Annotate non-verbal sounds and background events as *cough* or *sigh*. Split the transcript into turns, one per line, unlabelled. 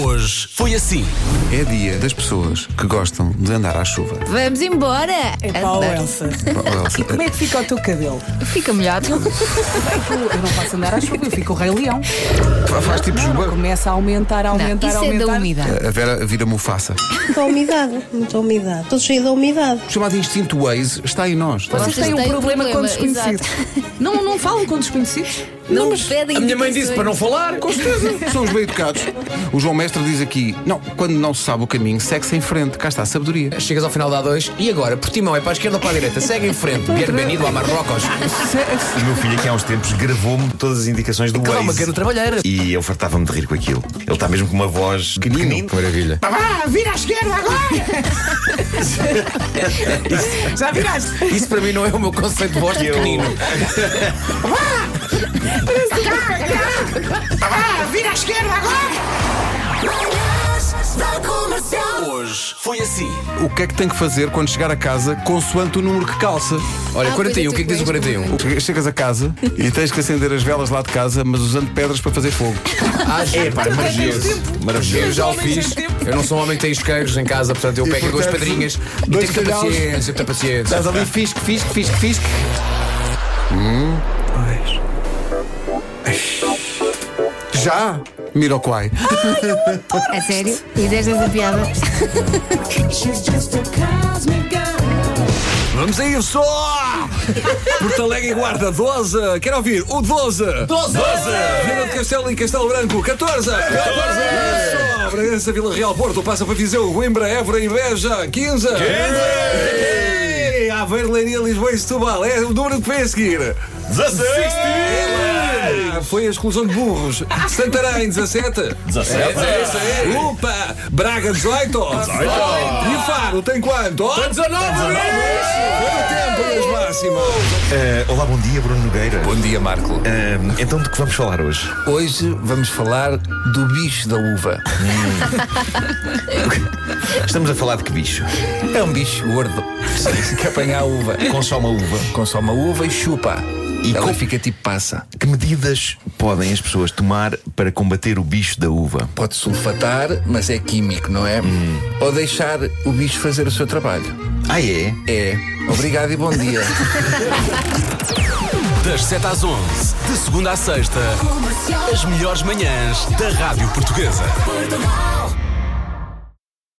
Hoje foi assim. É dia das pessoas que gostam de andar à chuva.
Vamos embora!
Epá, oh,
Andar. *laughs*
Elsa.
Oh, Elsa,
Como é que fica o teu cabelo?
Fica molhado.
Eu não posso andar à chuva, eu fico o Rei Leão.
Faz tipo juba.
Começa a aumentar,
Não,
a aumentar, a
isso é da
aumentar.
umidade.
A Vera vira Mufasa.
Muita umidade, muita umidade. Estou cheio de umidade.
O chamado instinto Waze está em nós.
Vocês
Vocês têm um
têm um
problema, com
problema,
desconhecidos. Não, não falam com desconhecidos?
Não me pedem
A minha mãe disse
indicações.
para não falar.
Com *laughs* certeza, somos bem educados. O João Mestre diz aqui: não, quando não se sabe o caminho, segue-se em frente. Cá está a sabedoria.
Chegas ao final da A2 e agora, Portimão é para a esquerda ou para a direita? Segue em frente. Bienvenido a Marrocos.
O meu filho aqui há uns tempos gravou-me todas as indicações do
Calma, que
Waze.
era trabalheira.
E eu fartava-me de rir com aquilo. Ele está mesmo com uma voz de pequenino.
Maravilha.
*laughs* Já viraste? Isso para mim não é o meu conceito de voz de
Eu-
pequenino. Hoje foi assim.
O que é que tem que fazer quando chegar a casa consoante o número que calça?
Olha,
Ah,
41,
pois é,
o que é que diz o
tu és
41?
Che- Chegas a
*laughs*
casa e tens que acender as velas lá de casa, mas usando pedras para fazer fogo.
*laughs* Ah,
É, pá, maravilhoso.
Eu
Maravilhoso.
já o fiz. Eu não sou um homem que tem isqueiros em casa, portanto eu pego duas
portanto,
pedrinhas e
dois
tenho que ter
calhaus.
paciência, ter paciência.
Estás ali, fisque, fisque, fisque, fisque. Hum. Pois. Já? Miroquai.
A sério? E destas a piada?
Vamos a isso! *laughs* Porto Alegre e Guarda, 12. Quero ouvir o 12. 12! Vila de Castelo e Castelo Branco, 14. 14! Isso! Bragança, Vila Real, Porto, passa para Viseu, Coimbra, Évora e Beja, 15. 15! Aveiro, Leiria, Lisboa e Setúbal, é o número que vem a seguir.
16!
Ah, Foi a exclusão de burros. Santarém, 17.
17!
É,
Lupa, Braga, 18. 18. E Faro, tem quanto? 19.
é
Foi o tempo das máximas.
Ah, olá, bom dia, Bruno Nogueira.
Bom dia, Marco.
Ah, então, de que vamos falar hoje?
Hoje vamos falar do bicho da uva.
Estamos a falar de que bicho?
É um bicho gordo *laughs* que apanha a uva.
Consome a uva.
Consome a uva e chupa.
E
Ela
com-
fica tipo passa.
Que medidas podem as pessoas tomar para combater o bicho da uva?
Pode sulfatar, mas é químico, não é? Ou deixar o bicho fazer o seu trabalho.
Ah, é?
É. Obrigado e bom dia.
Das 7 às 11, de segunda à sexta, as melhores manhãs da Rádio Portuguesa.
Portugal.